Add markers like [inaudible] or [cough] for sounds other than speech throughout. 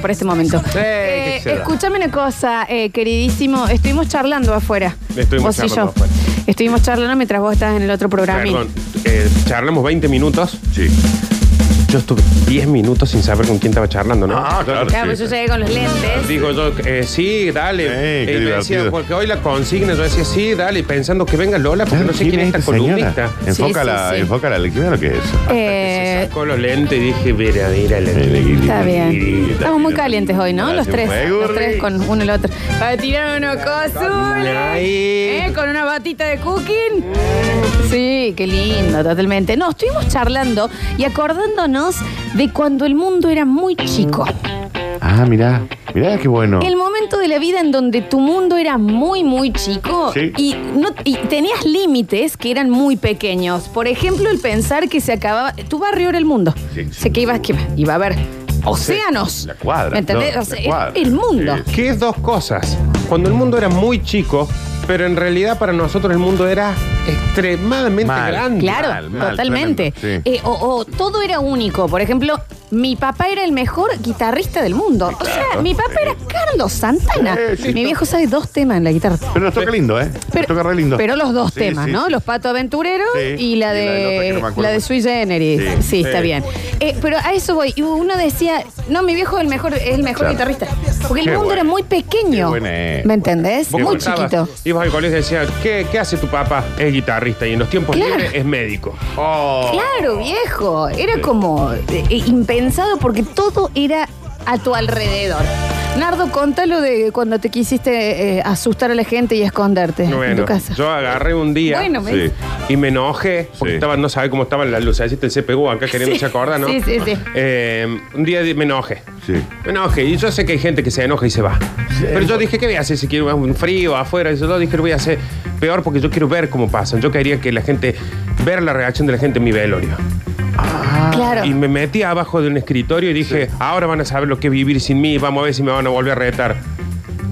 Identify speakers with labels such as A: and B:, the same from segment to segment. A: por este momento.
B: Sí,
A: Eh,
B: qué sé yo.
A: escúchame una cosa, eh, queridísimo. Estuvimos charlando afuera.
B: Estuvimos
A: vos y yo.
B: charlando afuera.
A: Estuvimos charlando mientras vos estás en el otro programa.
B: Perdón, eh, charlamos 20 minutos.
C: Sí.
B: Yo estuve 10 minutos sin saber con quién estaba charlando, ¿no?
C: Ah, claro.
A: Claro, pues yo llegué con los lentes.
B: Digo yo, eh, sí, dale.
C: Eh, qué
B: y me decía,
C: divertido.
B: porque hoy la consigna, yo decía, sí, dale, pensando que venga Lola, porque
C: Claro,
B: no sé quién es esta columnista.
C: señora? Enfócala,
A: Sí, sí, sí.
C: enfócala, le- mira lo que es.
A: Eh,
B: Se sacó los lentes y dije, mira, mira, mira.
A: está bien. Estamos muy calientes hoy, ¿no? Los tres. Los tres con uno y el otro. Para tirar unos cozules.
B: Ahí.
A: ¿Eh? Con una batita de cooking. Sí, qué lindo, totalmente. No, estuvimos charlando y acordándonos de cuando el mundo era muy chico.
C: Ah, mirá. Mirá qué bueno.
A: El momento de la vida en donde tu mundo era muy, muy chico
C: Sí.
A: y, no, y tenías límites que eran muy pequeños. Por ejemplo, el pensar que se acababa. Tu barrio era el mundo.
C: Sí, sí.
A: Sé que ibas, que iba- iba a haber océanos.
C: La cuadra,
A: ¿Me entendés?
C: no,
A: O sea,
C: la cuadra.
A: el mundo.
C: Sí.
B: ¿Qué dos cosas? Cuando el mundo era muy chico, pero en realidad para nosotros el mundo era extremadamente
C: Mal.
B: grande.
A: Claro,
C: Mal, mal,
A: totalmente.
C: tremendo, sí.
A: Eh, o, o todo era único. Por ejemplo, mi papá era el mejor guitarrista del mundo. O sea, mi papá era Carlos Santana.
C: Sí, sí.
A: mi viejo sabe dos temas en la guitarra.
C: Pero nos toca lindo, ¿eh? nos toca re lindo.
A: pero los dos
C: Sí,
A: temas,
C: sí,
A: ¿no?
C: sí.
A: Los Pato Aventureros
C: Sí,
A: y la
C: y la del otro que
A: de
C: no me
A: la,
C: acuerdo
A: de
C: más.
A: Sui Generis. Sí,
C: Sí,
A: está
B: sí.
A: bien. Eh, pero a eso voy. Y uno decía, no, mi viejo es el mejor, es el mejor
C: Claro.
A: guitarrista. Porque el
C: Qué
A: mundo
C: bueno.
A: era muy pequeño.
C: Qué buena es.
A: ¿Me entendés?
B: Vos
A: Muy
B: contabas,
A: chiquito.
B: Ibas al colegio y decían, ¿qué, qué hace tu papá? Es guitarrista y en los tiempos
A: Claro.
B: libres es médico.
C: Oh.
A: Claro, viejo. Era como eh, impensado porque todo era a tu alrededor. Nardo, contalo de cuando te quisiste eh, asustar a la gente y esconderte en tu
B: Bueno,
A: casa.
B: yo agarré un día
A: Bueno,
C: Sí.
A: ¿ves?
B: y me enojé porque
C: Sí.
B: estaban, no sabía cómo estaban las luces. Así te CPU acá queriendo se acordar, ¿no?
A: Sí, sí, sí.
B: Eh, un día me enojé.
C: Sí.
B: Me enojé. Y yo sé que hay gente que se enoja y se va. Pero yo dije, ¿qué voy a hacer si quiero un frío afuera? Y yo dije, lo voy a hacer peor porque yo quiero ver cómo pasan. Yo quería que la gente, ver la reacción de la gente en mi velorio.
A: Ah, Claro.
B: Y me metí abajo de un escritorio y dije, ahora van a saber lo que es vivir sin mí, vamos a ver si me van a volver a retar.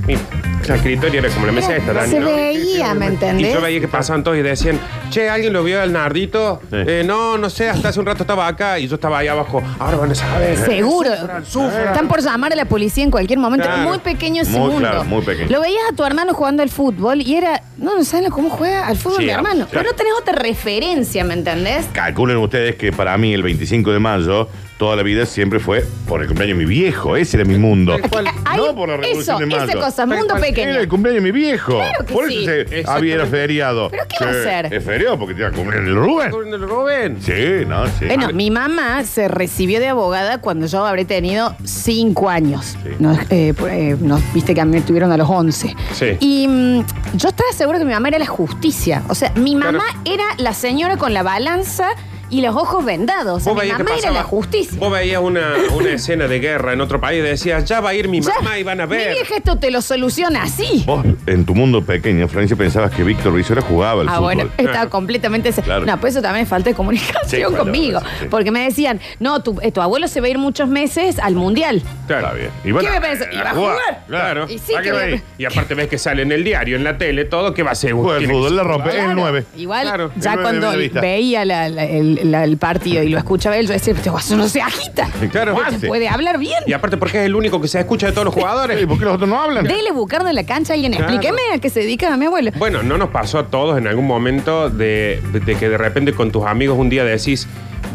B: Mira, el escritorio era como la mesa esta, Dani,
A: se
B: ¿no?
A: veía, ¿me entendés?
B: Y yo veía que pasaban todos y decían, che, ¿alguien lo vio al Nardito?
C: Sí.
B: Eh, no, no sé, hasta hace un rato estaba acá y yo estaba ahí abajo. Ahora van a saber.
A: Seguro. Están por llamar a la policía en cualquier momento. Era
B: Claro.
A: Muy pequeño ese
C: Muy,
A: mundo.
C: claro, muy pequeño.
A: Lo veías a tu hermano jugando al fútbol y era, no, no sabes cómo juega al fútbol
B: Sí,
A: mi
C: ah,
A: hermano.
B: sí.
A: Pero no tenés otra referencia, ¿me entendés?
C: Calculen ustedes que para mí el 25 de mayo toda la vida siempre fue por el cumpleaños de mi viejo. Ese era mi mundo.
B: Tal cual.
A: Ahí-
C: no por la revolución
A: eso,
C: de mayo.
A: esa cosa, mundo
B: cual.
A: pequeño.
C: Era el cumpleaños de mi viejo.
A: Claro que
C: por
A: sí.
C: eso se había
B: Exactamente.
C: era feriado.
A: ¿Pero qué va a
C: Sí,
A: ser?
C: Es feriado porque te iba a cumplir el Rubén.
B: Rubén.
C: Sí, no, sí.
A: Bueno, mi mamá se recibió de abogada cuando yo habré tenido cinco años.
C: Sí.
A: No, eh, por- eh, no, viste que a mí me tuvieron a los 11.
B: Sí.
A: Y mm, yo estaba segura que mi mamá era la justicia. O sea, mi
B: Claro.
A: mamá era la señora con la balanza y los ojos vendados. O sea,
B: Vos
A: mi
B: veías que
A: mamá era
B: pasaba-
A: la justicia.
B: Vos veías una, una escena de guerra en otro país y decías, ya va a ir mi
A: Ya,
B: mamá y van a ver.
A: Mi vieja esto te lo soluciona así.
C: Vos, en tu mundo pequeño, Florencia, pensabas que Víctor Rizuela jugaba al
A: Ah,
C: fútbol.
A: bueno, estaba completamente... se-
C: Claro.
A: No, por eso también falta de comunicación
C: Sí, bueno,
A: conmigo.
C: sí, sí.
A: Porque me decían, no, tu, eh, tu abuelo se va a ir muchos meses al mundial.
B: Claro.
C: Está bien. Y bueno,
A: ¿Qué me pensás? ¿Iba a jugar?
C: Claro.
B: Claro.
A: Y sí
B: ¿A qué
A: que
B: va
A: voy a-
B: a ir? Y aparte ves que sale en el diario, en la tele, todo, que va a ser?
C: Juega al
B: Tiene
C: Pues, fútbol,
B: que-
C: la rompe.
A: Ah, Claro.
C: El 9.
A: Igual,
B: Claro.
A: ya
C: El nueve de
A: cuando
C: Bellavista.
A: veía la- la- el, la- el partido y lo escuchaba él, yo decía, este guaso no se agita.
B: Claro.
C: ¿Cómo
A: Se
C: hace?
A: puede hablar bien.
B: Y aparte porque es el único que se escucha de todos los
C: Sí,
B: jugadores.
C: ¿Por qué los otros no hablan?
A: Dele buscando en la cancha a alguien.
B: Claro.
A: Explíqueme a qué se dedica a mi abuelo.
B: Bueno, ¿no nos pasó a todos en algún momento de, de que de repente con tus amigos un día decís,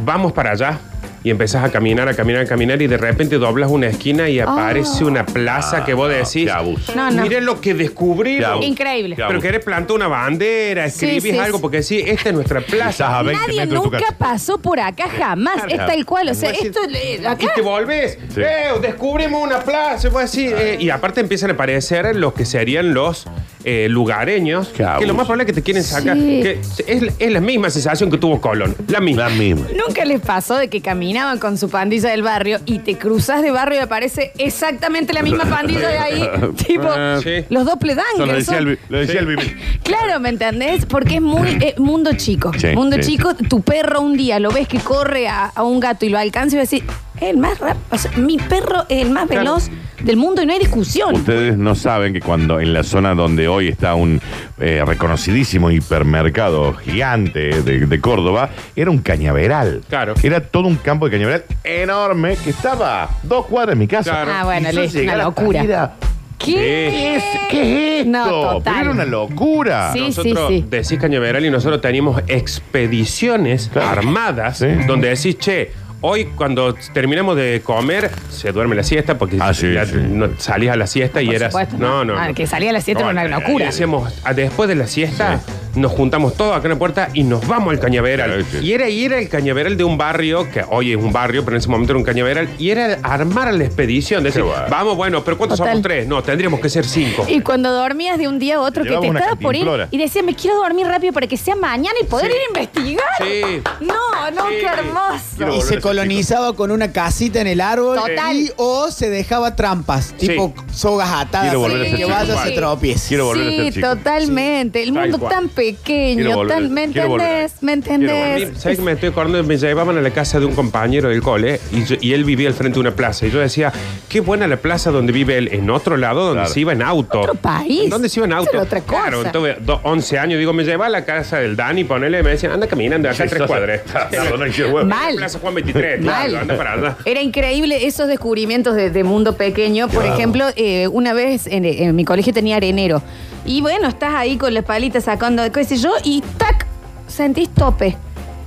B: vamos para allá? Y empezás a caminar, a caminar, a caminar y de repente doblas una esquina y aparece una plaza que vos decís,
C: Ah, qué abuso.
A: Oh. No, no.
B: miré lo que descubrí.
C: Qué abuso.
A: Increíble.
C: Qué
B: Pero
C: abuso.
B: querés plantar una bandera,
A: Sí,
B: escribís
A: sí,
B: algo
A: sí.
B: porque sí, esta es
C: [laughs]
B: nuestra
C: Estás
B: plaza.
C: a 20
A: Nadie
C: metros de tu
A: nunca
C: casa.
A: pasó por acá, jamás.
B: Claro.
A: Es tal cual. O sea,
B: Vos decís,
A: esto eh,
B: Y
A: acá.
B: te volvés,
C: Sí.
B: eh, descubrimos una plaza, fue así. eh, y aparte empiezan a aparecer los que serían los eh, lugareños,
C: Qué
B: que
C: abuso.
B: lo más probable es que te quieren sacar.
A: Sí.
B: que es, es la misma sensación que tuvo Colón, la misma.
C: La misma.
A: Nunca les pasó de que caminaban con su pandilla del barrio y te cruzas de barrio y aparece exactamente la
B: [laughs]
A: misma pandilla de ahí. tipo,
B: Sí.
A: los dos
C: Eso lo
A: pledangers.
C: decía
A: son-
C: el, lo decía el Bibi.
A: Claro, ¿me entendés? Porque es muy eh, mundo chico.
C: Sí,
A: mundo
C: sí,
A: chico, tu perro un día lo ves que corre a, a un gato y lo alcanza y vas a decir, Es el más rápido. O sea, mi perro es el más
B: Claro.
A: veloz del mundo y no hay discusión.
C: Ustedes no saben que cuando en la zona donde hoy está un eh, reconocidísimo hipermercado gigante de, de Córdoba, era un cañaveral.
B: Claro.
C: Era todo un campo de cañaveral enorme que estaba a dos cuadras de mi casa.
B: Claro.
A: Ah, bueno,
C: Y yo
A: listo, una
C: llegar hasta
A: locura.
C: ir a- ¿Qué es, ¿Qué es esto?
A: No, total.
C: Pero era una locura.
A: Sí,
B: Nosotros
A: sí, sí.
B: decís Cañaveral y nosotros teníamos expediciones
C: Claro.
B: armadas
C: Sí.
B: donde decís, che, hoy cuando terminamos de comer se duerme la siesta porque
C: Ah, sí,
B: ya
C: sí.
B: no salís a la siesta y
A: Por
B: eras...
A: supuesto,
B: no, no.
A: Ah,
B: no.
A: Que salía a las 7
C: No,
A: era una
C: eh,
B: Y
A: locura.
B: decíamos, "Ah, después de la siesta, nos juntamos todos acá en la puerta y nos vamos al cañaveral.
C: Claro, sí.
B: Y era ir al cañaveral de un barrio, que hoy es un barrio, pero en ese momento era un cañaveral, y era armar la expedición. Decir,
C: Qué bueno.
B: vamos, bueno, pero ¿cuántos
A: Total.
B: somos tres? No, tendríamos que ser cinco.
A: Y cuando dormías de un día a otro
C: Te
A: que te
C: llevaba una
A: estabas por ir
C: cantimplora.
A: y decías, me quiero dormir rápido para que sea mañana y poder ir a investigar.
B: Sí.
A: No, no,
B: Sí.
A: qué hermoso.
C: Quiero
D: Y
C: volver a
D: se
C: ese
D: colonizaba con una casita en el árbol
A: Total.
D: y o se dejaba trampas, tipo sogas atadas,
C: Quiero volver
A: a ser
D: que
A: chico.
D: vaya
A: Sí.
D: se tropiece.
C: Quiero volver a
A: sí,
C: ser chico.
A: totalmente. El
B: Tal
A: mundo
B: cual.
A: tan pequeño,
C: Quiero volver-
A: tan, ¿me
C: quiero volver.
A: entendés? ¿Me
C: Quiero
A: entendés?
B: ¿Sabes que me estoy acordando? Me llevaban a la casa de un compañero del cole y, yo- y él vivía al frente de una plaza. Y yo decía, qué buena la plaza donde vive él, en otro lado donde
C: Claro.
B: se iba en auto.
A: Otro país.
B: ¿Dónde se iba en
A: Eso
B: auto?
A: era otra cosa.
B: Claro, entonces, do- 11 años, digo, me lleva a la casa del Dani, ponele, y me decían, anda caminando, acá
C: Sí,
B: tres
C: sos-
B: cuadras.
C: [laughs] Claro, no quiero huevo.
A: Mal.
B: Plaza Juan 23,
A: Mal.
B: claro, anda para allá.
A: Era increíble esos descubrimientos de, de mundo pequeño. Por ejemplo, eh, una vez en, en mi colegio tenía arenero. Y bueno, estás ahí con las palitas sacando, qué sé yo, y ¡tac! Sentís tope.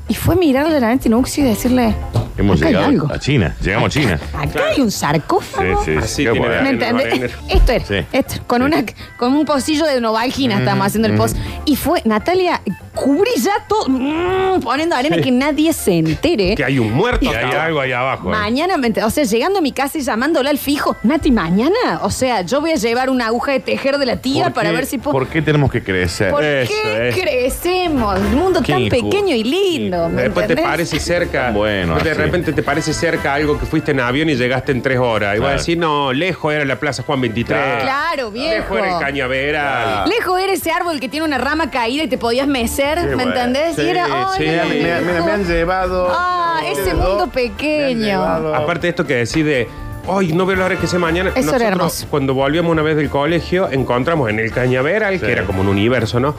A: Y fue a mirarle a la Nantinuxi y decirle...
C: Hemos
A: "Acá hay algo.
C: llegado a China. Llegamos a China.
A: Acá hay un sarcófago.
C: Sí, sí,
B: Así
C: sí. qué
B: tiene
C: bueno.
B: la-
A: ¿Me
B: Arena,
A: entendés?
B: arena.
A: Esto era.
C: Sí.
A: Esto, con,
C: Sí.
A: una, con un pocillo de novalgina estábamos haciendo el post. Y fue, Natalia, cubrí ya todo, mm, poniendo arena que nadie se entere.
B: Que hay un muerto.
C: Que hay
B: acá.
C: algo ahí abajo. eh.
A: Mañana, me ent- o sea, llegando a mi casa y llamándole al fijo, Nati, mañana, o sea, yo voy a llevar una aguja de tejer de la tía
C: ¿Por
A: para
C: qué-
A: ver si puedo.
C: ¿Por qué tenemos que crecer?
A: ¿Por
B: Eso
A: qué
B: es.
A: crecemos? El mundo
C: Qué
A: tan
C: injusto.
A: pequeño y lindo. ¿me
B: Después te
A: entendés?
B: parece cerca.
C: Bueno,
B: de
C: así.
B: repente te parece cerca algo que fuiste en avión y llegaste en tres horas. Y vas a
C: Claro.
B: decir, no, lejos era la Plaza Juan 23.
A: Claro, viejo.
B: Lejos era el Cañaveral.
A: Lejos era ese árbol que tiene una rama caída y te podías mecer,
C: Qué
A: ¿me
C: bueno.
A: entendés? y
B: Sí,
A: era, ay,
B: sí.
A: mira,
B: Mira,
A: viejo.
C: llevado.
A: Ah,
C: Me han
A: ese
C: llevado,
A: mundo
C: me han llevado.
A: pequeño.
B: Aparte de esto que decide, hoy no veo la hora que sea mañana.
A: Eso era hermoso.
B: Cuando volvíamos una vez del colegio, encontramos en el Cañaveral,
C: Sí.
B: que era como un universo, ¿no?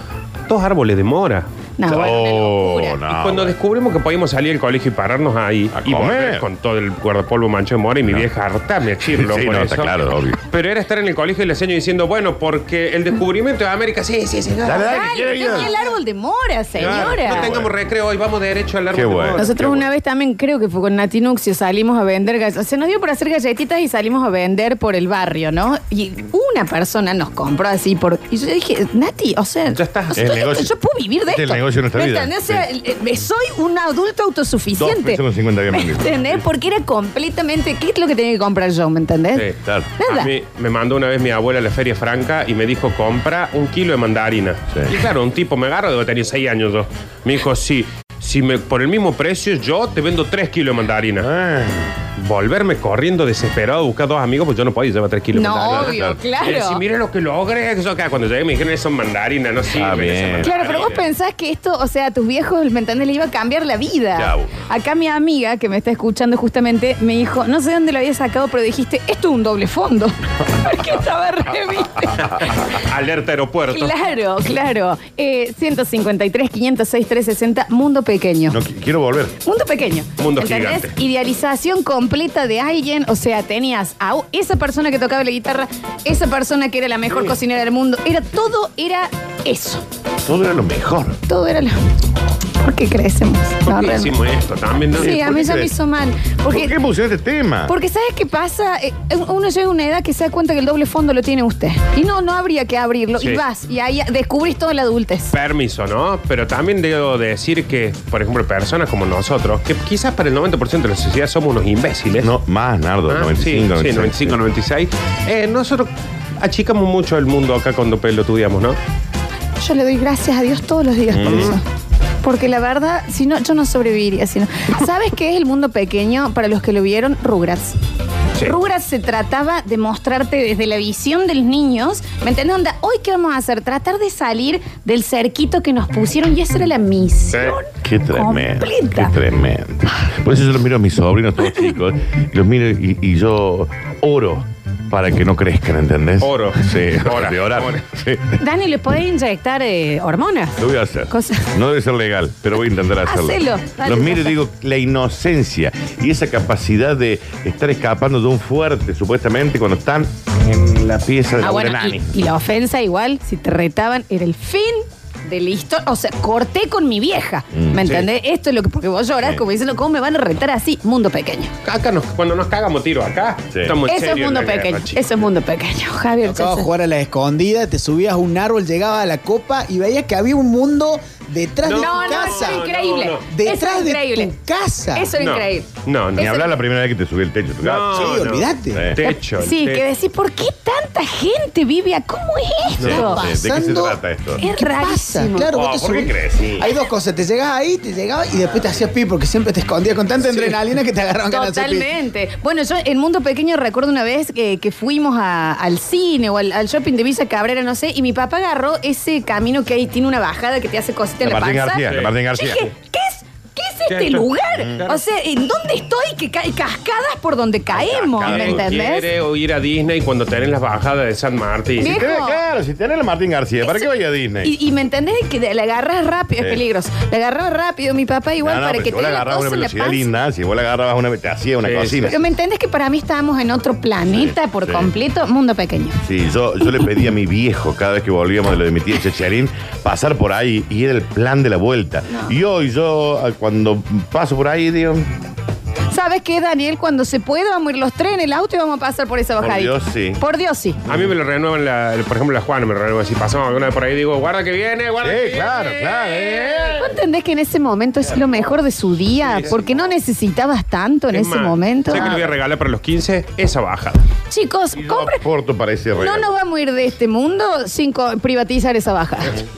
B: Dos árboles de mora.
A: No, bueno, una
C: Oh,
A: locura.
C: no.
B: y cuando
C: bueno.
B: descubrimos que podíamos salir del colegio y pararnos ahí
C: A
B: y
C: comer.
B: volver con todo el guardapolvo manchado de mora y mi vieja
C: [laughs]
B: hartame a chirlo
C: Sí,
B: por
C: no,
B: eso.
C: está claro, obvio.
B: Pero era estar en el colegio y le enseño diciendo, bueno, porque el descubrimiento de América, sí, sí, sí.
C: Dale, dale,
A: Dale,
C: que quiero
A: tenía
C: ir.
A: el árbol de mora,
B: Claro,
A: señora.
B: No tengamos recreo hoy, vamos derecho al árbol
C: Qué
B: de
C: bueno.
B: mora.
A: Nosotros una vez también, creo que fue con Nati Nuxio, salimos a vender galletas. Se nos dio por hacer galletitas y salimos a vender por el barrio, ¿no? Y una persona nos compró así por... Y yo dije, Nati, o sea...
B: Ya está.
A: o sea,
C: El
A: yo-
C: negocio-
A: yo puedo vivir de esto.
C: Este es el negocio de nuestra
A: ¿Me
C: vida.
A: entendés? O sea, eh, soy un adulto
C: Dos
A: autosuficiente.
C: pesos con 50 bien
A: ¿Me
C: vendido.
A: entendés? Porque era completamente... ¿Qué es lo que tenía que comprar yo, me entendés?
B: Sí.
C: Claro.
A: Nada.
B: A mí me mandó una vez mi abuela a la Feria Franca y me dijo, compra un kilo de mandarina.
C: Sí.
B: Y claro, un tipo me agarra, debo tener seis años yo. Me dijo, sí, si me, por el mismo precio yo te vendo tres kilos de mandarina.
C: Ah,
B: Volverme corriendo desesperado a buscar dos amigos, pues yo no podía llevar tres kilos de
A: No,
B: mandarina.
A: obvio,
C: claro.
B: Y decir,
A: claro.
B: mire lo que logré. Eso acá, cuando llegué me dijeron, eso es mandarina, no sirve.
C: Ah, bien.
B: esa mandarina".
A: Claro, pero vos pensás que esto, o sea, a tus viejos, ¿me entendés? Le iba a cambiar la vida.
C: Chau.
A: Acá mi amiga que me está escuchando justamente me dijo, no sé dónde lo había sacado, pero dijiste, esto es un doble fondo. [laughs] Porque estaba
B: [laughs]
A: revista.
B: Ah, Alerta aeropuerto.
A: claro, claro. Eh, 153, 506, 360, mundo pequeño.
C: no, qui- quiero volver.
A: Mundo pequeño.
B: Mundo gigante.
A: Idealización completa de alguien. O sea, tenías a u- esa persona que tocaba la guitarra, esa persona que era la mejor cocinera del mundo. Era todo, era eso.
C: Todo era lo mejor.
A: Todo era lo. ¿Por qué crecemos? No,
B: ¿Por qué
A: realmente.
B: hicimos esto también? no?
A: Sí, a
C: ¿Por
A: mí
C: qué
A: ya me
C: crees?
A: hizo mal.
C: ¿Por
A: Porque,
C: qué pusieron este tema?
A: porque ¿sabes qué pasa? Eh, Uno llega a una edad que se da cuenta que el doble fondo lo tiene usted. Y no, no habría que abrirlo.
B: Sí.
A: Y vas, y ahí descubrís toda la adultez.
B: permiso, ¿no? Pero también debo decir que, por ejemplo, personas como nosotros, que quizás para el 90% de la sociedad somos unos imbéciles.
C: No, más, Nardo.
B: Ah,
C: 95,
B: sí, sí, 95, 96. Eh, nosotros achicamos mucho el mundo acá cuando pelotudeamos, ¿no?
A: Yo le doy gracias a Dios todos los días por eso. Porque la verdad, si no, yo no sobreviviría. Si no. ¿Sabes qué es el mundo pequeño para los que lo vieron? Rugrats.
B: Sí.
A: Rugrats se trataba de mostrarte desde la visión de los niños. ¿Me entiendes? Onda, hoy qué vamos a hacer? Tratar de salir del cerquito que nos pusieron y esa era la misión.
C: Qué tremendo.
A: Completa.
C: Qué tremendo. Por eso yo los miro a mis sobrinos, todos chicos, y los miro y, y yo oro para que no crezcan, ¿entendés?
B: Oro.
C: [laughs] Sí,
B: Ora,
C: de orar.
B: ora.
C: Sí.
A: Dani, ¿le podés inyectar eh, hormonas?
C: Lo voy a hacer.
A: Cosa-
C: No debe ser legal, pero voy a intentar hacerlo.
A: Hacelo, dale,
C: Los miro y
A: Rafa.
C: digo, la inocencia y esa capacidad de estar escapando de un fuerte, supuestamente, cuando están en la pieza de
A: Ah,
C: la
A: bueno,
C: abuela
A: y,
C: Nani.
A: y la ofensa igual, si te retaban, era el fin de la historia. O sea, corté con mi vieja.
C: Mm,
A: ¿Me
B: sí.
A: entendés? Esto es lo que, porque vos llorás
C: Sí.
A: como diciendo, ¿cómo me van a retar así? Mundo pequeño.
B: Acá nos- cuando nos cagamos tiro acá,
C: Sí.
B: estamos en
A: Eso es
B: serio en
A: mundo
B: la guerra,
A: pequeño.
B: chicos.
A: Eso es mundo pequeño. Javier
D: Tocaba
A: Chesel.
D: jugar a la escondida, te subías a un árbol, llegabas a la copa y veías que había un mundo detrás
A: No,
D: de tu
A: no, eso
D: casa.
A: es increíble.
B: No, no,
A: Eso es
D: Detrás de
A: increíble.
D: tu casa.
A: Eso es
B: No,
A: increíble.
B: no, ni
C: Ni
A: Eso-
C: hablar la primera vez que te subí el techo. tu
B: No,
C: gato.
D: Sí,
B: no.
D: olvídate.
B: Techo.
A: Sí,
B: te-
A: que decís, ¿por qué tanta gente vive a cómo es
C: Sí,
A: esto?
C: sí, ¿De qué se
D: Pasando-
C: trata esto?
A: Es
D: ¿Qué pasa?
A: rarísimo.
D: Claro,
C: Oh,
D: vos te
C: ¿por qué
D: subís-
C: crees?
D: Hay dos cosas, te llegabas ahí, te llegabas y después te hacías pis porque siempre te escondías con tanta adrenalina que te agarraban ganas de hacer pis.
A: Totalmente. Bueno, yo en Mundo Pequeño recuerdo una vez que, que fuimos a- al cine o al, al shopping de Villa Cabrera, no sé, y mi papá agarró ese camino que ahí tiene una bajada que te hace cosita en
C: La
A: la
C: Martín
A: panza.
C: García, la
B: Sí.
C: Martín
A: Yo
C: García.
A: dije, ¿qué es, qué es este
B: ¿Qué es esto?
A: lugar?
B: Mm.
A: O sea, ¿en dónde estoy? Que ca- hay cascadas por donde caemos,
C: cascadas,
A: ¿me
B: ¿Quién
A: entendés?
B: quiere o ir a Disney cuando tenés las bajadas de San Martín?
A: Bien.
C: Si tenés-
A: Viejo.
C: claro, si tenés la Martín García, ¿para qué vaya a Disney?
A: Y, y me entendés que de- la agarras rápido,
C: Sí.
A: es peligroso. La agarras rápido, mi papá igual
C: No, no,
A: para
C: pero
A: que
C: si vos
A: te
C: la
A: dé la
C: agarrabas a
A: cosa
C: una
A: en la
C: velocidad
A: panza.
C: linda, si vos la agarrabas a una te hacía una
B: Sí,
C: cocina.
A: Pero me entendés que para mí estábamos en otro planeta por
C: sí.
A: completo, mundo pequeño.
C: Sí, yo, yo le pedí a mi viejo cada vez que volvíamos de lo de
A: [laughs]
C: mi tía Checharín pasar por ahí y era el plan de la vuelta. Y hoy yo ah, cuando paso por ahí digo,
A: ¿Sabes qué, Daniel? Cuando se pueda, vamos a ir los tres en el auto y vamos a pasar por esa
C: Por
A: bajadita.
C: Dios, sí.
A: Por Dios, sí.
B: A mí me lo renuevan, la, por ejemplo, la Juana me lo renuevan. Si pasamos alguna vez por ahí, digo, guarda que viene, guarda
C: Sí,
B: que
C: claro,
B: viene.
C: claro, eh.
A: ¿No entendés que en ese momento es lo mejor de su día? Porque no necesitabas tanto en
B: Es
A: ese
B: más,
A: momento.
B: Sé que le voy a regalar para los 15 esa bajada.
A: Chicos,
C: yo
A: compren.
C: aporto para ese
A: No
C: regalo.
A: nos vamos a ir de este mundo sin co- privatizar esa baja.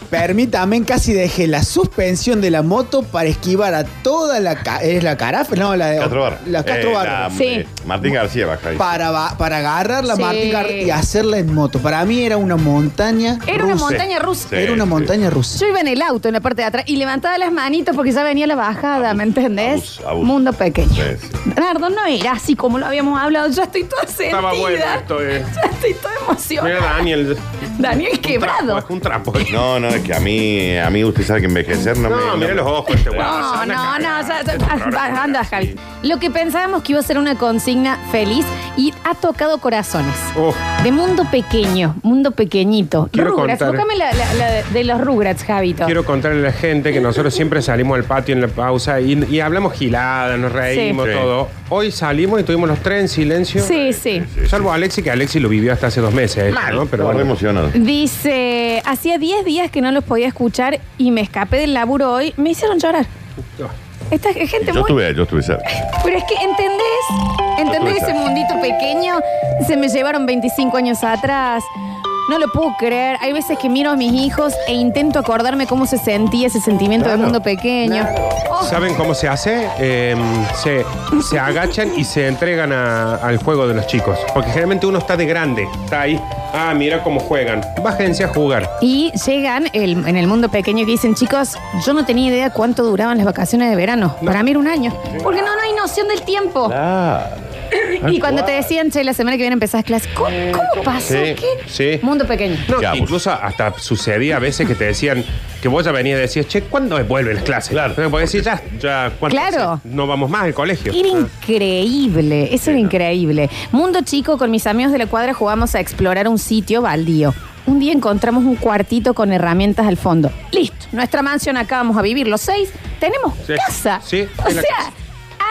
D: Permítame, casi dejé la suspensión de la moto para esquivar a toda la... ca- ¿Es la carafa? No, la de...
C: Castro Bar.
D: La Castro
C: Eh,
D: Barba.
C: la-
A: Sí.
C: eh, Martín García baja ahí.
D: Para, ba- para agarrar la
A: Sí.
D: Martín García y hacerla en moto. Para mí era una montaña
A: Era una
D: rusa.
A: montaña rusa.
C: Sí.
D: Era una montaña rusa.
A: Yo iba en el auto en la parte de atrás y levantaba las manitos porque ya venía la bajada, ¿me entendés?
C: abuso, abuso.
A: Mundo pequeño.
C: Sí, sí.
A: Bernardo, no era así como lo habíamos hablado. Yo estoy toda sentida.
B: Estaba bueno esto, eh.
A: [laughs] Ya estoy toda
B: Mira,
A: emocionada. [laughs]
B: Daniel.
A: Daniel quebrado.
B: Es un trapo.
C: No, no, es que a mí, a mí usted sabe que envejecer no, me...
B: No, mira los ojos este guapo.
A: No,
B: se van a
A: no, no,
B: cagar.
A: ya-
B: Este
A: ya-
B: programa
A: ah, anda,
B: es
A: Javi.
B: así.
A: Lo que pensábamos que iba a ser una consigna feliz y ha tocado corazones.
B: Uf.
A: De mundo pequeño, mundo pequeñito.
B: Quiero
A: Rugrats,
B: contar.
A: búscame la, la- la de los Rugrats, Javito.
B: Quiero contarle a la gente que nosotros siempre salimos al patio en la pausa y, y hablamos giladas, nos reímos,
C: Sí.
B: todo. Hoy salimos y tuvimos los tres en silencio.
A: Sí, sí.
B: Salvo Alexi, que Alexi lo vivió hasta hace dos meses. esto, ¿no? Pero
C: Pero
B: bueno.
C: emocionado.
A: Dice, hacía 10 días que no los podía escuchar y me escapé del laburo hoy. Me hicieron llorar. Esta gente
C: Yo
A: muy...
C: estuve, yo estuve cerca.
A: Pero es que, ¿entendés? ¿Entendés
C: Yo tuve
A: ese
C: esa.
A: mundito pequeño? Se me llevaron 25 años atrás. No lo puedo creer. Hay veces que miro a mis hijos e intento acordarme cómo se sentía ese sentimiento del
C: Claro.
A: mundo pequeño. Oh,
B: ¿Saben cómo se hace? Eh, se, se agachan y se entregan a- al juego de los chicos. Porque generalmente uno está de grande, está ahí. Ah, mira cómo juegan. Bájense a jugar.
A: y llegan el- en el mundo pequeño que dicen, chicos, yo no tenía idea cuánto duraban las vacaciones de verano.
B: No.
A: Para mí era un año. Porque no, no hay noción del tiempo.
C: Claro.
A: Y cuando te
C: Tal cual.
A: decían, che, la semana que viene empezás clases, ¿cómo, cómo pasó?
B: Sí,
A: ¿Qué?
B: sí.
A: Mundo pequeño.
B: No,
C: Qué abuso.
B: incluso hasta sucedía a veces que te decían que vos ya venías y decías, che, ¿cuándo vuelven las clases?
C: Claro.
B: Porque decís, ya, ya, ¿cuánto
A: Claro.
B: hace? No vamos más al colegio.
A: Era
B: Ah.
A: increíble, eso era increíble. Mundo chico, con mis amigos de la cuadra jugamos a explorar un sitio baldío. Un día encontramos un cuartito con herramientas al fondo. Listo, nuestra mansión acá vamos a vivir los seis. Tenemos
B: Sí.
A: casa.
B: Sí,
A: o
B: es la
A: sea,
B: casa.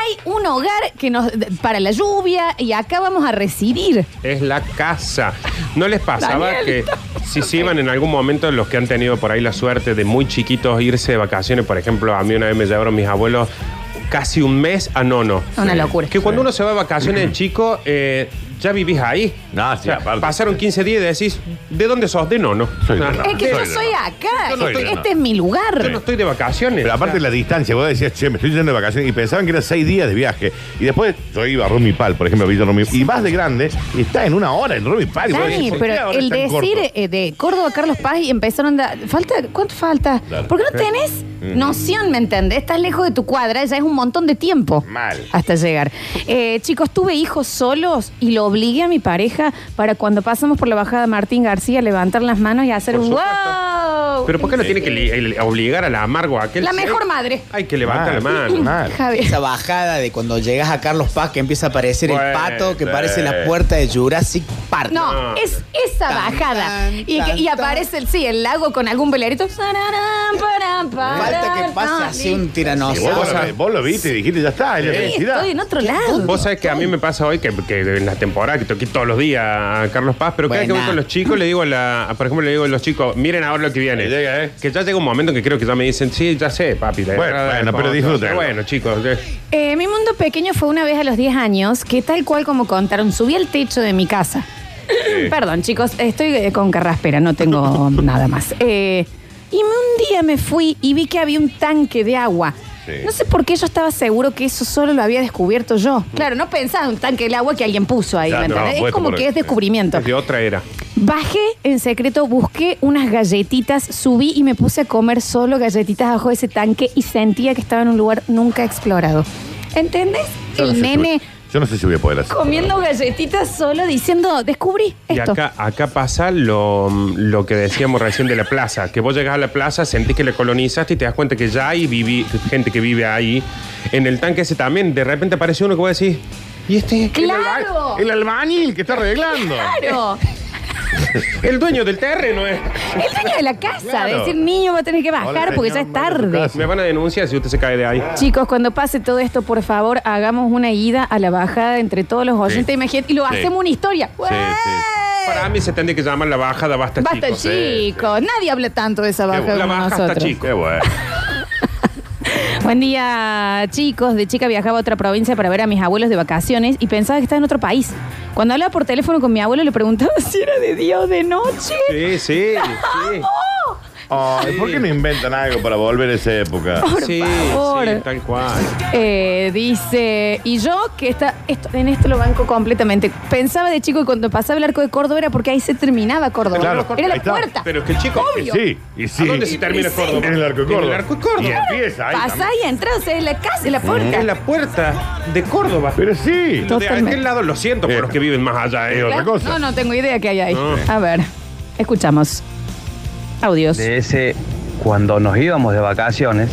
A: hay un hogar que nos para la lluvia y acá vamos a residir.
B: Es la casa. ¿No les pasaba
A: Daniel,
B: que si se iban en algún momento los que han tenido por ahí la suerte de muy chiquitos irse de vacaciones? Por ejemplo, a mí una vez me llevaron mis abuelos casi un mes a Nono.
A: Una locura.
B: Que cuando uno se va de vacaciones de chico, eh, ya vivís ahí.
C: No, sí,
B: O sea,
C: aparte.
B: pasaron 15 días y decís, ¿de dónde sos? De nono.
C: Soy de
B: Ah,
C: nono.
A: Es que
C: Soy
A: yo
C: de
A: soy
C: no.
A: acá.
C: Yo no
A: este
C: soy de no.
A: este es mi lugar.
B: Yo no estoy de vacaciones.
C: Pero aparte
B: O sea,
C: la distancia, vos decías, che, me estoy yendo de vacaciones y pensaban que eran seis días de viaje. Y después yo iba a Rumipal, por ejemplo, a Villa Rumipal. Y vas de grande y está en una hora en Rumipal. y vos decís,
A: Dani,
C: ¿por qué
A: pero
C: ahora
A: el
C: es tan
A: decir
C: corto?
A: eh, de Córdoba a Carlos Paz y empezaron a... Falta, ¿Cuánto falta?
C: Claro.
A: Porque no tenés
B: Mm.
A: noción, ¿me entendés? Estás lejos de tu cuadra, ya es un montón de tiempo.
C: Mal.
A: Hasta llegar. Eh, chicos, tuve hijos solos y lo obligué a mi pareja para cuando pasamos por la bajada Martín García levantar las manos y hacer
B: Por
A: un
B: supuesto.
A: wow.
B: ¿Pero por qué no tiene que li- el- obligar a la amargo a aquel?
A: La
B: Sí,
A: mejor madre.
B: Hay que levantar la
C: Mal,
B: mano.
C: mal.
A: Javier.
D: Esa bajada de cuando llegas a Carlos Paz que empieza a aparecer el
B: Bueno,
D: pato que
C: sí.
D: parece la puerta de Jurassic Park.
A: No, es esa
D: Tan,
A: bajada.
D: tan,
A: y,
D: tan,
A: y
D: tan.
A: aparece el, sí, el lago con algún velerito.
D: Falta
A: Falta
D: que pase así un
C: Y vos,
D: tiranosaurio.
C: lo- vos lo viste y dijiste, ya está, es la
A: Sí,
C: felicidad.
A: estoy en otro lado.
B: Vos sabés que a mí me pasa hoy que, que en la temporada que toqué todos los días a Carlos Paz, pero cada vez que voy
D: Buena.
B: con los chicos le digo a la, a- por ejemplo, le digo a los chicos, miren ahora lo que viene.
C: Ahí llega, ¿eh?
B: Que ya llega un momento que creo que ya me dicen, sí, ya sé, papi. la-
C: Bueno,
B: la-
C: bueno,
B: la-
C: pero
B: la-
C: disfrútalo.
B: Bueno, chicos, eh,
A: Eh, mi mundo pequeño fue una vez a los 10 años que tal cual como contaron, subí al techo de mi casa.
C: Eh,
A: Perdón, chicos, estoy eh, con carraspera, no tengo [laughs] nada más. Eh, y me- un día me fui y vi que había un tanque de agua.
C: Sí.
A: No sé por qué yo estaba seguro que eso solo lo había descubierto yo. Claro, no pensaba en un tanque de agua que alguien puso ahí.
C: Ya,
A: ¿me
C: no,
A: entendés? es
C: puesto
A: como
C: por-
A: que es descubrimiento.
B: es de otra era.
A: Bajé en secreto, busqué unas galletitas, subí y me puse a comer solo galletitas bajo ese tanque y sentía que estaba en un lugar nunca explorado. ¿Entendés?
C: Yo no
A: El
C: sé si
A: nene
C: voy- yo no sé si voy a poder hacer.
A: comiendo galletitas solo diciendo, descubrí
B: Y
A: esto.
B: acá, acá pasa lo, lo que decíamos recién de la plaza, que vos llegás a la plaza, sentís que la colonizaste y te das cuenta que ya hay vivi- gente que vive ahí. En el tanque ese también, de repente aparece uno que vos decís, ¿y este?
C: El
A: ¡Claro!
C: alba- El albañil que está
A: [laughs]
C: arreglando.
A: ¡Claro!
B: El dueño del terreno es.
A: El dueño de la casa,
C: Claro.
A: decir, niño, va a tener que bajar
C: Hola,
A: porque ya
C: señor,
A: es
C: vaya a su
A: tarde.
C: casa.
B: Me van a denunciar si usted se cae de ahí.
A: Chicos, cuando pase todo esto, por favor, hagamos una ida a la bajada entre todos los oyentes.
C: Sí.
A: Imagínate, y lo
C: Sí.
A: hacemos una historia.
C: sí.
B: Para mí se tendría que llamar la bajada basta,
A: Basta,
B: chicos. eh.
A: chicos. Nadie habla tanto de esa bajada
B: La
A: como
B: baja hasta
A: nosotros.
B: chico.
C: Qué bueno.
A: Buen día, chicos. De chica viajaba a otra provincia para ver a mis abuelos de vacaciones y pensaba que estaba en otro país. Cuando hablaba por teléfono con mi abuelo, le preguntaba [laughs] si era de día o de noche.
B: Sí, sí, sí.
C: Ay, ¿Por qué no inventan algo para volver a esa época?
A: Por
B: Sí,
A: favor.
B: sí, tal cual.
A: Eh, dice, y yo, que está, esto, en esto lo banco completamente. Pensaba de chico que cuando pasaba el arco de Córdoba era porque ahí se terminaba Córdoba.
C: Claro,
A: era
C: ahí
A: la
C: está.
A: puerta.
B: Pero es que el chico-
C: Y
A: Obvio.
C: sí, y sí.
B: ¿A dónde se termina
A: Sí.
B: Córdoba?
C: En el arco de Córdoba.
B: En el arco de
C: Y
B: Córdoba.
C: empieza ahí.
A: Pasá
C: también.
A: y entrás, o sea, es la casa, es la puerta.
B: Mm. Es la puerta de Córdoba.
C: Pero sí.
B: Lo de
A: Totalmente.
B: aquel lado lo siento por los que viven más allá. eh.
C: otra
A: Claro,
C: cosa.
A: No, no tengo idea qué hay ahí.
B: No.
A: A ver, escuchamos. Audios.
E: de ese cuando nos íbamos de vacaciones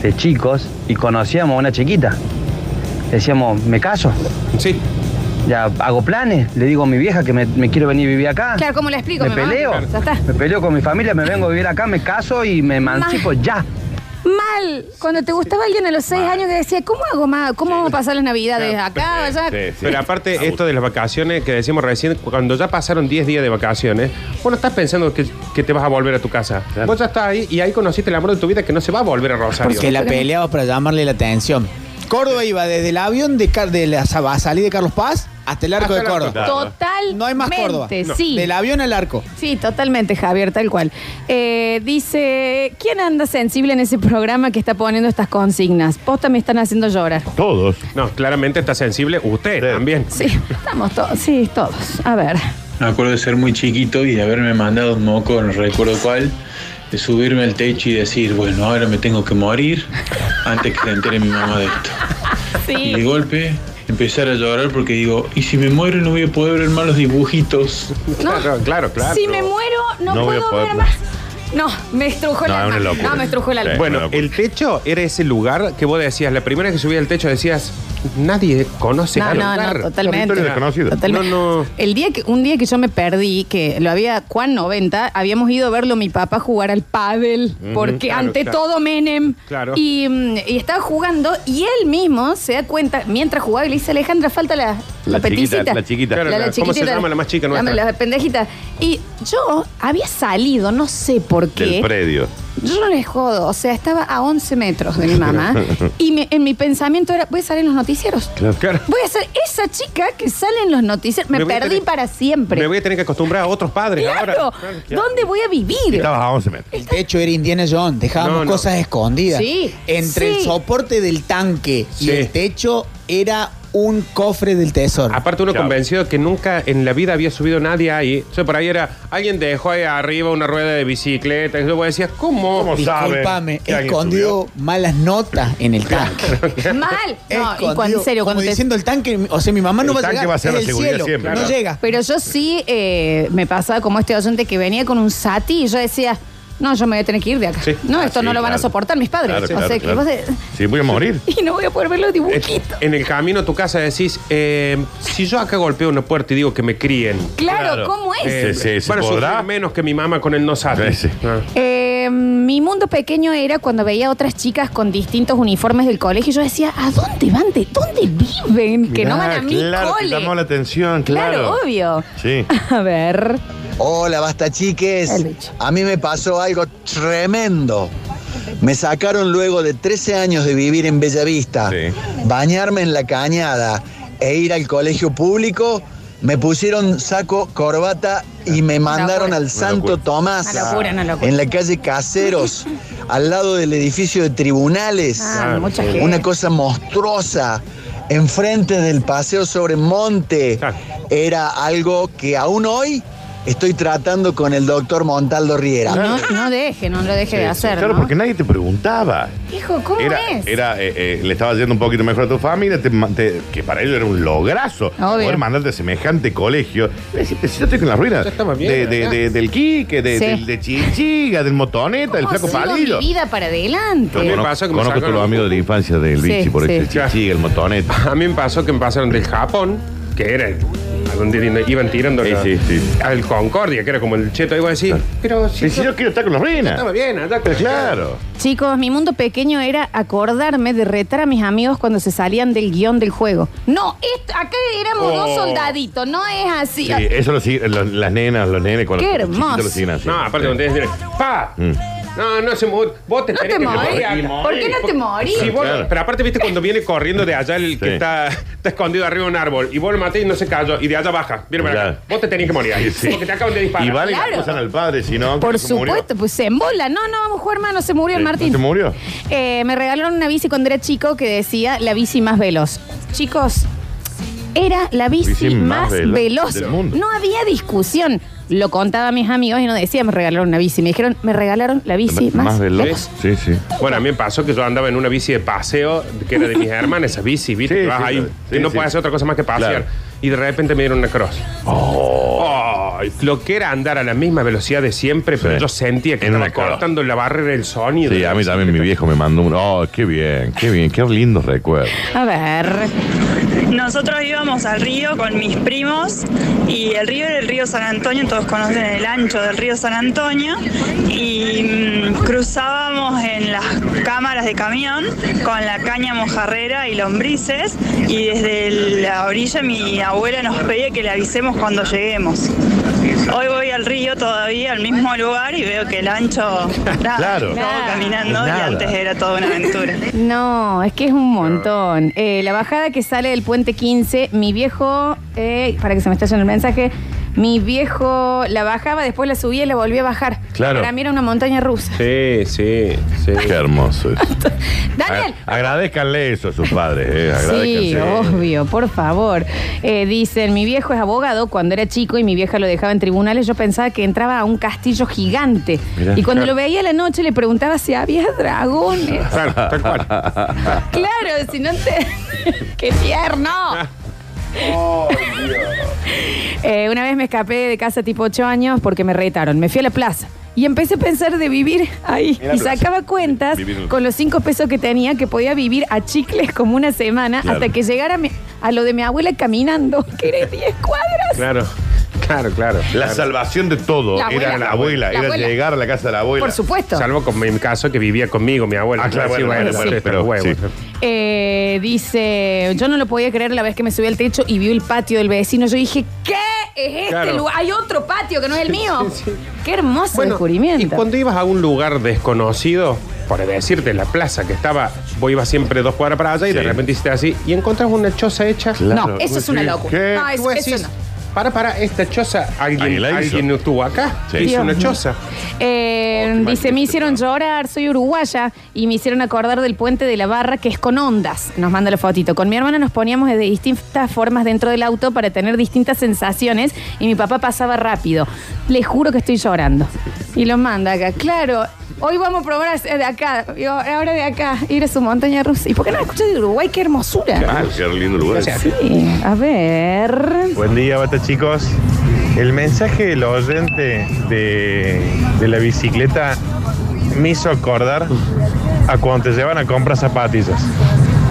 E: de chicos y conocíamos a una chiquita. Decíamos, me caso,
B: Sí.
E: ya hago planes, le digo a mi vieja que me, me quiero venir a vivir acá.
A: Claro, ¿cómo le explico?
E: me
A: mi mamá?
E: peleo,
A: Ya está.
E: me peleo con mi familia, me vengo a vivir acá, me caso y me emancipo ya.
A: Mal. Cuando te gustaba alguien a los seis años que decía, ¿cómo hago más? ¿Cómo vamos a pasar las navidades acá? allá?
C: sí, sí.
B: Pero aparte,
C: Abuso.
B: esto de las vacaciones que decimos recién, cuando ya pasaron 10 días de vacaciones, vos no estás pensando que, que te vas a volver a tu casa.
C: Claro.
B: Vos ya estás ahí y ahí conociste el amor de tu vida que no se va a volver a Rosario.
D: Porque la peleaba para llamarle la atención. Córdoba iba desde el avión de, Car- de la Saba- salida de Carlos Paz hasta el
B: Hasta
D: arco de
B: el arco,
D: Córdoba.
C: claro.
A: Totalmente.
D: No hay más Córdoba.
A: Sí.
D: Del avión al arco.
A: Sí, totalmente, Javier, tal cual. Eh, dice, ¿quién anda sensible en ese programa que está poniendo estas consignas? Posta me están haciendo llorar.
C: Todos.
B: No, claramente está sensible usted
C: Sí.
B: también.
C: [laughs]
A: Sí, estamos todos, sí, todos. A ver.
F: Me acuerdo de ser muy chiquito y de haberme mandado un moco, no recuerdo cuál, de subirme al techo y decir, bueno, ahora me tengo que morir antes que se entere mi mamá de esto. Y de
A: Sí.
F: golpe empezar a llorar porque digo, y si me muero no voy a poder ver más los dibujitos.
B: [laughs] Claro, claro, claro.
A: Si me muero, no,
C: No voy a
A: puedo
C: poder-
A: ver más. No, me estrujó el
C: No, es
A: alma.
C: una locura.
A: No, me estrujó el alma.
C: Sí.
B: Bueno, el techo era ese lugar que vos decías, la primera vez que subí al techo decías, nadie conoce
A: No,
B: tal
A: no,
B: lugar.
A: no, totalmente.
C: Territorio desconocido.
A: Totalmente.
B: No, no.
A: El día que, un día que yo me perdí, que lo había, Juan 90, habíamos ido a verlo mi papá jugar al pádel, porque
B: claro,
A: ante
B: claro.
A: todo Menem.
B: Claro.
A: Y, mm, y estaba jugando y él mismo se da cuenta, mientras jugaba, y le dice, Alejandra, falta la, la,
C: La chiquita,
A: peticita.
C: la chiquita.
B: Claro, la- ¿cómo se llama la más chica nuestra?
A: La, la pendejita. Y yo había salido, no sé por qué.
C: Del predio.
A: Yo no les jodo, o sea, estaba a 11 metros de mi
C: [laughs]
A: mamá y me- en mi pensamiento era, voy a salir en los noticieros.
B: Claro.
A: Voy a ser esa chica que sale en los noticieros. Me,
B: Me voy a
A: perdí
B: tener-
A: para siempre.
B: Me voy a tener que acostumbrar a otros padres
A: claro,
B: ahora.
A: ¿dónde voy a vivir?
C: Estabas a 11 metros.
D: El techo era Indiana Jones, dejábamos
B: No, no.
D: cosas escondidas.
A: Sí,
D: Entre
A: sí.
D: el soporte del tanque
B: Sí.
D: y el techo era un cofre del tesoro.
B: Aparte uno
C: Claro.
B: convencido que nunca en la vida había subido nadie ahí. Yo por ahí era, alguien dejó ahí arriba una rueda de bicicleta. Y yo decía, ¿cómo?
C: ¿Cómo? sabe
D: Disculpame,
C: que alguien
D: escondió malas notas en el tanque.
A: Mal. No, y
D: Escondió,
A: cuando, en serio, cuando
D: como
A: te-
D: diciendo el tanque, o sea, mi mamá no
C: El
D: va a
C: tanque
D: llegar.
C: va a ser
D: es
C: la
D: el
C: seguridad
D: cielo,
C: siempre,
D: no
C: claro.
D: llega.
A: Pero yo sí eh, me pasaba como este oyente que venía con un sati y yo decía, no, yo me voy a tener que ir de acá.
B: Sí.
A: No,
C: Ah,
A: esto
C: sí,
A: no lo van a
C: claro.
A: soportar mis padres.
C: Claro,
A: O
C: claro,
A: sea, que
C: claro.
A: vos de- [laughs]
C: Sí, voy a morir.
A: y no voy a poder ver los
B: Eh,
A: dibujitos.
B: En el camino a tu casa decís, eh, si yo acá golpeo una puerta y digo que me críen.
A: Claro,
C: claro.
A: ¿cómo es?
B: eh,
C: Sí, sí, se
B: bueno,
C: podrá.
B: sufrir menos que mi mamá con el no sabe.
C: Sí, sí.
B: Ah.
A: Eh, mi mundo pequeño era cuando veía a otras chicas con distintos uniformes del colegio y yo decía, ¿a dónde van? ¿De dónde viven? Que no van a
C: Ah,
A: mi
C: claro, te
A: cole.
C: llamó la atención, claro.
A: Claro, obvio. [laughs]
C: Sí.
A: A ver.
G: Hola, basta chiques.
A: El bicho.
G: A mí me pasó algo tremendo. Me sacaron luego de 13 años de vivir en Bellavista,
C: Sí.
G: bañarme en la cañada e ir al colegio público. Me pusieron saco, corbata y me mandaron
A: locura.
G: al Santo
C: locura.
G: Tomás,
A: Una locura, una locura.
G: en la calle
A: [laughs]
G: Caseros, al lado del edificio de tribunales.
A: Ah, mucha gente.
G: Una cosa monstruosa. Enfrente del paseo sobre monte.
B: Claro.
G: Era algo que aún hoy estoy tratando con el doctor Montaldo Riera.
A: No, no deje, no lo deje de
C: Sí,
A: hacer.
C: claro,
A: ¿no?
C: porque nadie te preguntaba.
A: Hijo, ¿cómo
C: Era,
A: es?
C: era, eh, eh, le estaba yendo un poquito mejor a tu familia, te ma- te- que para ellos era un lograzo.
A: Obvio.
C: Poder mandarte a semejante colegio. Pero si, si yo estoy con las ruinas.
B: Yo estaba bien,
C: de, de-
B: ¿verdad?
C: de- del Quique, de,
A: Sí.
C: del- de Chichiga, del Motoneta, del
A: ¿Cómo
C: Flaco
A: sigo
C: Palillo.
A: mi vida para adelante.
B: Yo
C: Conozco,
B: Me pasa que me
C: conozco
B: sacaron-
C: todos los amigos de la infancia del
A: Sí,
C: Vichy, por
A: sí.
C: eso el Chichiga, el Motoneta.
B: A mí me pasó que me pasaron del Japón, que era a donde iban tirando
C: Sí,
B: la-
C: sí, sí.
B: al Concordia, que era como el cheto. Iba a decir, pero si
C: Y si yo quiero estar con las ruinas.
B: estaba bien, allá con
C: Claro.
A: Chicos, mi mundo pequeño era acordarme de retar a mis amigos cuando se salían del guión del juego. No, esto- acá éramos
B: Oh.
A: dos soldaditos, no es así.
C: Sí, eso lo siguen los- las nenas, los nenes, cuando
A: ah. Qué
C: los chiquitos
A: hermoso.
C: lo siguen así.
B: No, aparte cuando te dicen, ¡pa!
C: Mm.
B: No, no se mu- Vos te
A: No
B: tenés
A: te
B: que
A: morís.
B: morir acá.
A: ¿Por qué no te morís?
B: Si vos-
C: Claro.
B: Pero aparte, viste, cuando viene corriendo de allá el que
C: Sí.
B: está, está escondido arriba de un árbol y vos lo maté y no se cayó y de allá baja. Viene para
C: Claro.
B: acá. Vos te tenés que morir.
C: Sí, sí.
B: Porque te acaban de disparar.
C: Y vale,
A: Claro.
C: le acusan al padre, si no.
A: Por
C: que se murió.
A: supuesto, pues se embola. No, no, vamos a jugar, hermano, se murió el
C: Sí, ¿no
A: Martín.
C: ¿Se murió?
A: Eh, me regalaron una bici cuando era chico que decía la bici más veloz. Chicos, era la bici,
C: Bici
A: más,
C: más velo-
A: veloz.
C: del mundo.
A: No había discusión. Lo contaba a mis amigos y no decía me regalaron una bici. Me dijeron, me regalaron la bici más, veloz.
C: Sí, sí.
B: Bueno, a mí me pasó que yo andaba en una bici de paseo que era de mis hermanas, esa bici, ¿viste?
C: Sí,
B: que vas
C: sí,
B: ahí,
C: claro.
B: que
C: Sí,
B: no
C: sí.
B: puedes hacer otra cosa más que pasear.
C: Claro.
B: Y de repente me dieron una cross. Ay, lo que era andar a la misma velocidad de siempre, pero
C: Oh. Sí.
B: yo sentía que
C: En una
B: estaba
C: cross.
B: cortando la barrera del sonido.
C: Sí, a mí también mi viejo me mandó un. Oh, qué bien, qué bien, qué lindos recuerdos.
A: A ver.
H: Nosotros íbamos al río con mis primos y el río era el río San Antonio, todos conocen el ancho del río San Antonio y mm, cruzábamos en las cámaras de camión con la caña mojarrera y lombrices y desde la orilla mi abuela nos pedía que le avisemos cuando lleguemos. Hoy voy al río todavía, al mismo lugar y veo que el ancho... nada,
C: Claro.
H: Estamos caminando
C: Nada.
H: y antes era toda una aventura.
A: No, es que es un montón. Eh, la bajada que sale del puente 15, mi viejo, eh, para que se me esté yendo el mensaje, mi viejo la bajaba, después la subía y la volvía a bajar.
C: Claro.
A: Para mí era una montaña rusa.
B: Sí, sí, sí.
C: Qué hermoso
A: [laughs]
C: eso.
A: Daniel.
C: A- agradezcanle eso a sus padres, eh.
A: Sí,
C: Agradezcanle.
A: obvio, por favor. Eh, dicen, mi viejo es abogado, cuando era chico y mi vieja lo dejaba en tribunales, yo pensaba que entraba a un castillo gigante.
C: Mirá.
A: y cuando lo veía a la noche le preguntaba si había
C: [laughs]
A: dragones.
B: Claro, tal cual.
A: Claro, si no te. [laughs] ¡Qué tierno! [laughs] Eh, una vez me escapé de casa tipo 8 años porque me retaron. Me fui a la plaza y empecé a pensar de vivir ahí.
C: En la
A: Y
C: plaza.
A: sacaba cuentas
C: Vivir en-
A: con los 5 pesos que tenía que podía vivir a chicles [laughs] como una semana
C: Claro.
A: hasta que llegara mi- a lo de mi abuela caminando, [laughs] que era 10 cuadras.
B: Claro, claro, claro.
C: La
B: claro.
C: salvación de todo
A: La abuela.
C: era la abuela,
A: La
C: era
A: abuela.
C: llegar a la casa de la abuela.
A: Por supuesto.
B: Salvo con mi caso que vivía conmigo, mi abuela.
C: Ah, claro,
B: Sí,
C: bueno, bueno,
B: sí,
C: bueno,
B: pero
C: pero
B: huevos.
C: sí.
A: Eh, dice, yo no lo podía creer la vez que me subí al techo y vi el patio del vecino. Yo dije, ¿qué es este
B: Claro.
A: lugar? Hay otro patio que no es el mío.
B: sí, sí.
A: Qué hermoso
B: Bueno,
A: descubrimiento.
B: Y cuando ibas a un lugar desconocido, por decirte, la plaza que estaba, vos ibas siempre dos cuadras para allá y
C: Sí.
B: de repente hiciste así y encontrás una choza hecha.
C: Claro.
A: No, eso es una locura.
C: ¿Qué?
A: No,
B: Y
A: eso,
B: vos
A: eso
B: decís,
A: no.
B: Para, para, esta choza,
C: Alguien
B: alguien,
C: la hizo.
B: alguien estuvo acá,
C: Sí.
B: hizo
A: Dios
B: una
A: mío.
B: choza.
A: Eh,
C: Oh, qué mal
A: dice,
C: que
A: me
C: se
A: hicieron
C: está.
A: llorar, soy uruguaya y me hicieron acordar del puente de la barra que es con ondas. Nos manda la fotito. Con mi hermana nos poníamos de distintas formas dentro del auto para tener distintas sensaciones y mi papá pasaba rápido. Les juro que estoy llorando. Y lo manda acá. Claro, hoy vamos a probar a- de acá, y ahora de acá, ir a su montaña rusa. ¿Y por qué no escuchas de Uruguay? ¡Qué hermosura!
C: Claro, Ah, qué lindo lugar.
A: Sí, a ver.
I: Buen día, bata chicos. El mensaje del oyente de, de la bicicleta me hizo acordar a cuando te llevan a comprar zapatillas.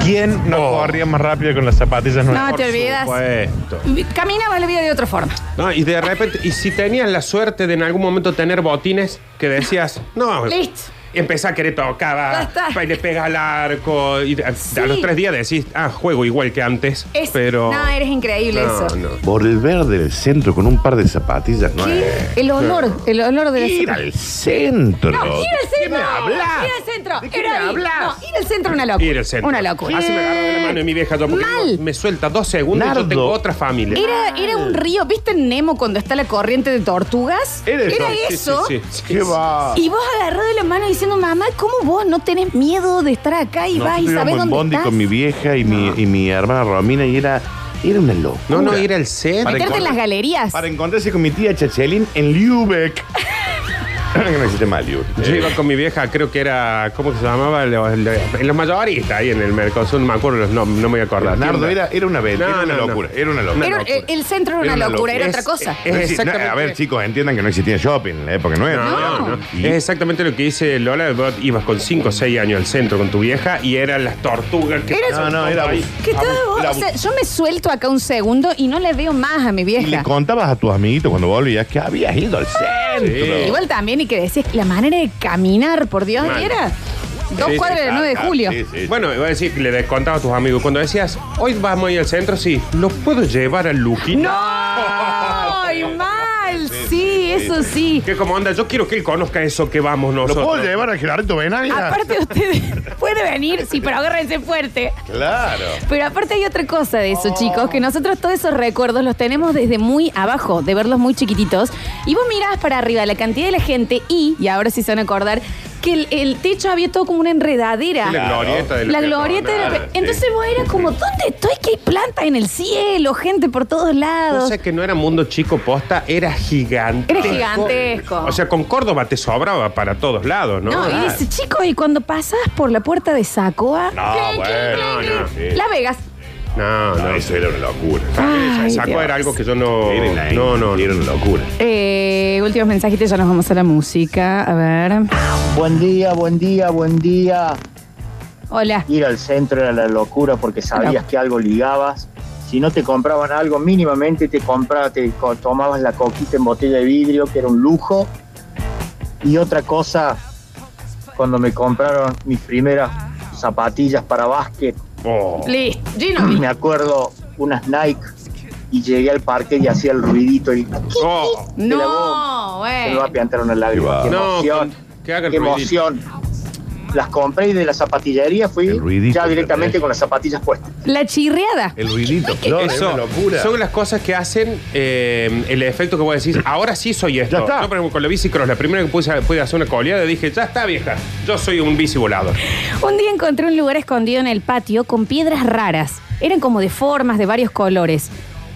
I: ¿Quién no
C: Oh.
I: corría más rápido con las zapatillas nuevas?
A: No te olvidas.
B: Supuesto.
A: Caminaba la vida de otra forma.
B: No, y de repente, y si tenías la suerte de en algún momento tener botines que decías, no,
A: Listo.
B: Empezá a querer
A: Ya
B: tocar, va,
A: está.
B: va y le pegas al arco. Y a,
A: Sí.
B: a los tres días decís, ah, juego igual que antes.
A: Es-
B: pero.
A: No, eres increíble
B: No,
A: eso.
B: no.
C: Volver del centro con un par de zapatillas, ¿no?
A: ¿Qué?
C: es-
A: El olor, el olor de la
C: Ir al centro.
A: No, ir al
C: ¿Qué me
A: centro.
C: hablas?
A: Ir al centro.
C: ¿De qué
A: Era
C: me
A: ahí.
C: hablas?
A: No, ir al centro una locura.
B: Ir al centro.
A: Una locura.
B: Así me agarra de la mano y mi vieja yo porque
A: Mal.
B: digo, me suelta dos segundos y
C: Nardo.
B: yo tengo otra familia.
A: Eh, Era, era un río, ¿viste en Nemo cuando está la corriente de tortugas?
C: Era eso.
B: Sí,
A: eso.
B: sí, sí, sí.
C: ¿Qué va?
A: Y vos agarrado de la mano diciendo, mamá, ¿cómo vos no tenés miedo de estar acá y
C: Nos
A: vas y
C: íbamos
A: sabés
C: en
A: dónde
C: bondi
A: estás?
C: con mi vieja y, mi, y mi hermana Romina y era, era una locura.
B: No, no, ir al centro.
A: Meterte en las galerías.
C: Para encontrarse con mi tía Chachelín
B: [laughs]
C: en Lübeck. que no existe más Lübeck. Eh,
B: Yo iba con mi vieja, creo que era, ¿cómo se llamaba? Los, los, los mayoristas ahí en el Mercosur, no me acuerdo, los, no, no me voy a acordar.
C: Nardo
B: Tienda.
C: era, era una vez,
B: No,
C: era una
B: no, no.
C: locura, era una locura.
A: Era- el, eh, el centro era una, locura, era
C: Es-
A: otra cosa.
C: Es decir,
B: Exactamente.
C: no, a ver, chicos, entiendan que no existía shopping en la época nueva.
B: No, no.
C: Y-
B: Es exactamente lo que dice Lola. Vos ibas con 5 o 6 años al centro con tu vieja y eran las tortugas que
A: Era-
C: No, no, era-
B: ahí.
A: que todo,
C: la-
A: o sea, yo me suelto acá un segundo y no le veo más a mi
C: Y le
A: vieja.
C: contabas a tus amiguitos cuando volvías que habías ido
A: Ah,
C: al centro.
A: Igual también, y que decías, la manera de caminar, por Dios,
B: Mal.
A: era dos
B: Sí, sí,
A: cuadras del 9 de
C: Ah,
A: julio.
C: sí, sí.
B: Bueno, iba a decir que le descontaba a tus amigos. Cuando decías, hoy vamos a ir al centro, sí, ¿lo puedo llevar al Luqui?
A: ¡No! ¡Ay, mal! Sí, eso sí.
B: [laughs] Que como anda, yo quiero que él conozca eso que vamos
C: ¿Lo
B: nosotros.
C: puedo llevar a Gerardo Benalia?
A: Aparte, ustedes [laughs] puede venir, sí, pero agárrense fuerte.
C: Claro.
A: Pero aparte hay otra cosa de eso, chicos, que nosotros todos esos recuerdos los tenemos desde muy abajo, de verlos muy chiquititos. Y vos mirabas para arriba la cantidad de la gente y, y ahora sí se van a acordar, que el, el techo había todo como una enredadera.
B: La glorieta de
A: La glorieta de la pe- Entonces vos eras como, ¿dónde estoy? Que hay plantas en el cielo, gente por todos
B: O
A: lados.
B: sea que no era mundo chico posta, era gigante.
A: Era gigantesco.
B: O sea, con Córdoba te sobraba para todos lados, ¿no? Ah.
A: No, y dice, chicos, y cuando pasas por la puerta de Sacoa,
C: No, bueno,
B: no,
C: sí.
A: Las Vegas.
B: no, no.
C: No, eso era una locura.
A: Ay,
B: Saco
A: Dios.
B: era algo que yo no.
C: Era una-
B: No, no,
C: Era
B: no.
C: una locura.
A: Eh, últimos mensajitos, ya nos vamos a la música. A ver.
J: Buen día, buen día, buen día.
A: Hola.
J: Ir al centro era la locura porque sabías que algo ligabas. Si no te compraban algo, mínimamente te comprabas, te co- tomabas la coquita en botella de vidrio, que era un lujo. Y otra cosa, cuando me compraron mis primeras zapatillas para básquet, [clears throat]
B: Oh.
A: Listo. Gino.
J: [laughs] me acuerdo unas Nike y llegué al parque y hacía el ruidito y
B: Oh.
A: No,
J: se me va a
A: güey.
J: piantar una lágrima.
C: va.
J: Qué
B: No,
J: emoción.
B: que- que haga el
J: qué
B: ruidito.
J: emoción. Las compré y de la zapatillería fui
C: El ruidito,
J: ya directamente
C: ¿verdad?
J: con las zapatillas puestas.
A: La chirriada.
C: El ruidito, Flor, era
B: Eso,
C: una locura.
B: son las cosas que hacen eh, el efecto que vos decís, ahora sí soy esto.
C: Ya está.
B: Yo, por ejemplo, con la bici cross, la primera que puse, pude hacer una coleada, dije, ya está vieja, yo soy un bici volador.
A: Un día encontré un lugar escondido en el patio con piedras raras. Eran como de formas, de varios colores.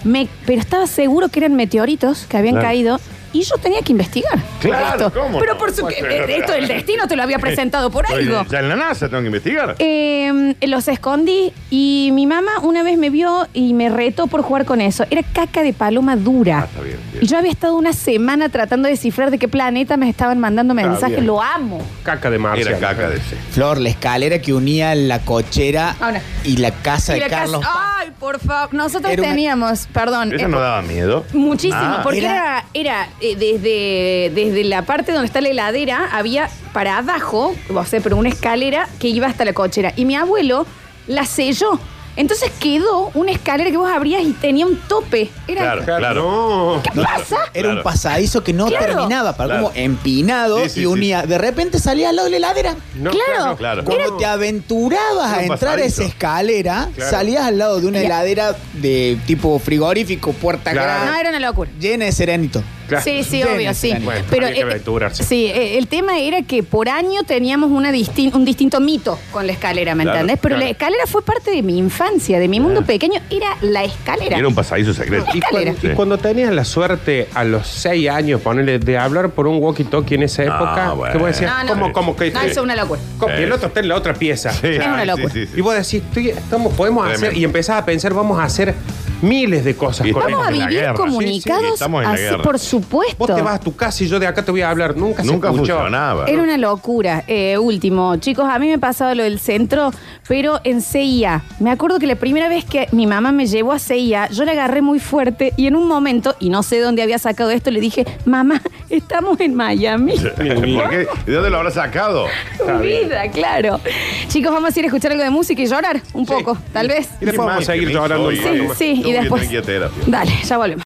A: Me- pero estaba seguro que eran meteoritos que habían
C: Claro.
A: caído y yo tenía que investigar.
C: Claro,
A: esto.
C: ¿cómo
A: Pero
C: no?
A: por su que-
C: Bueno,
A: eh, esto el destino te lo
C: [laughs]
A: había presentado por algo.
C: Ya en la NASA tengo que investigar.
A: Eh, los escondí y mi mamá una vez me vio y me retó por jugar con eso. Era caca de paloma dura.
C: Ah, está bien, bien.
A: Y yo había estado una semana tratando de descifrar de qué planeta me estaban mandando mensajes.
C: bien.
A: Lo amo.
B: Caca de marciano.
C: Era caca de ese.
D: Flor, la escalera que unía la cochera
A: Ahora.
D: y la casa
A: Y la
D: de
A: casa- ¡Ah!
D: Carlos. Paz.
A: Ay, por favor. Nosotros
D: Era una-
A: teníamos, perdón.
C: ¿Eso
A: eh,
C: no daba miedo?
A: Muchísimo,
C: Ah.
A: porque era,
D: Era-
A: era, eh, desde, desde la parte donde está la heladera, había para abajo, o sea, pero una escalera que iba hasta la cochera. Y mi abuelo la selló. Entonces quedó una escalera que vos abrías y tenía un tope. Era
C: Claro, claro.
A: ¿Qué pasa?
D: Era un
C: Claro.
D: pasadizo que no
A: Claro.
D: terminaba, para
C: Claro.
D: como empinado
C: Sí, sí,
D: y
C: sí.
D: unía. De repente salía al lado de la heladera.
B: No,
A: Claro.
C: Claro.
D: Cuando te aventurabas
C: Era
D: a
C: un
D: entrar a esa
C: pasadizo.
D: escalera,
B: Claro.
D: salías al lado de una
A: Ya.
D: heladera de tipo frigorífico, puerta
B: Claro.
A: No,
D: grande,
A: era una locura.
D: llena de serenito.
B: Claro.
A: Sí, sí,
D: Bien,
A: obvio, sí.
D: Dani.
B: Bueno,
A: Pero
B: había que
A: eh,
B: aventurarse.
A: sí, eh, el tema era que por año teníamos una distin- un distinto mito con la escalera, ¿me
C: Claro,
A: entendés? Pero la
B: claro.
A: escalera fue parte de mi infancia, de mi mundo pequeño, era la escalera.
C: Era un pasadizo secreto.
B: Y cuando,
C: Sí.
B: y cuando tenías la suerte a los seis años, ponerle de hablar por un walkie-talkie en esa
C: Ah,
B: época,
C: bueno.
B: que vos decías,
A: No, no.
B: ¿cómo, cómo, qué,
A: no,
B: qué?
A: eso es una locura.
B: ¿Cómo? Y el
C: Sí.
B: otro está en la otra pieza.
C: Sí,
A: Es una
C: sí,
A: locura.
C: sí, sí.
B: Y vos decís, estoy- estamos, podemos hacer,
C: Tremendo.
B: y empezás a pensar, vamos a hacer miles de cosas
C: Y
B: con
A: Vamos
C: Estamos
A: a
C: en la
A: vivir
C: guerra, sí, sí,
A: comunicados
C: estamos en la
A: así,
C: guerra.
A: por
B: Vos
A: supuesto.
B: te vas a tu casa y yo de acá te voy a hablar. Nunca,
C: Nunca
B: se escuchó.
C: funcionaba.
A: Era una locura. Eh, último, chicos, a mí me pasaba lo del centro, pero en CIA. Me acuerdo que la primera vez que mi mamá me llevó a CIA, yo la agarré muy fuerte y en un momento, y no sé dónde había sacado esto, le dije, mamá, estamos en Miami.
C: [laughs] ¿Por qué? ¿De dónde lo habrá sacado?
A: [laughs] Tu vida, claro. Chicos, vamos a ir a escuchar algo de música y llorar un poco, tal vez.
B: Y después vamos a seguir
C: Permiso,
B: llorando. un
C: oye.
B: rato
A: Sí,
B: más.
A: sí,
C: Yo
A: y
C: voy a
A: después.
C: tener que ir a terapia.
A: Dale, ya volvemos.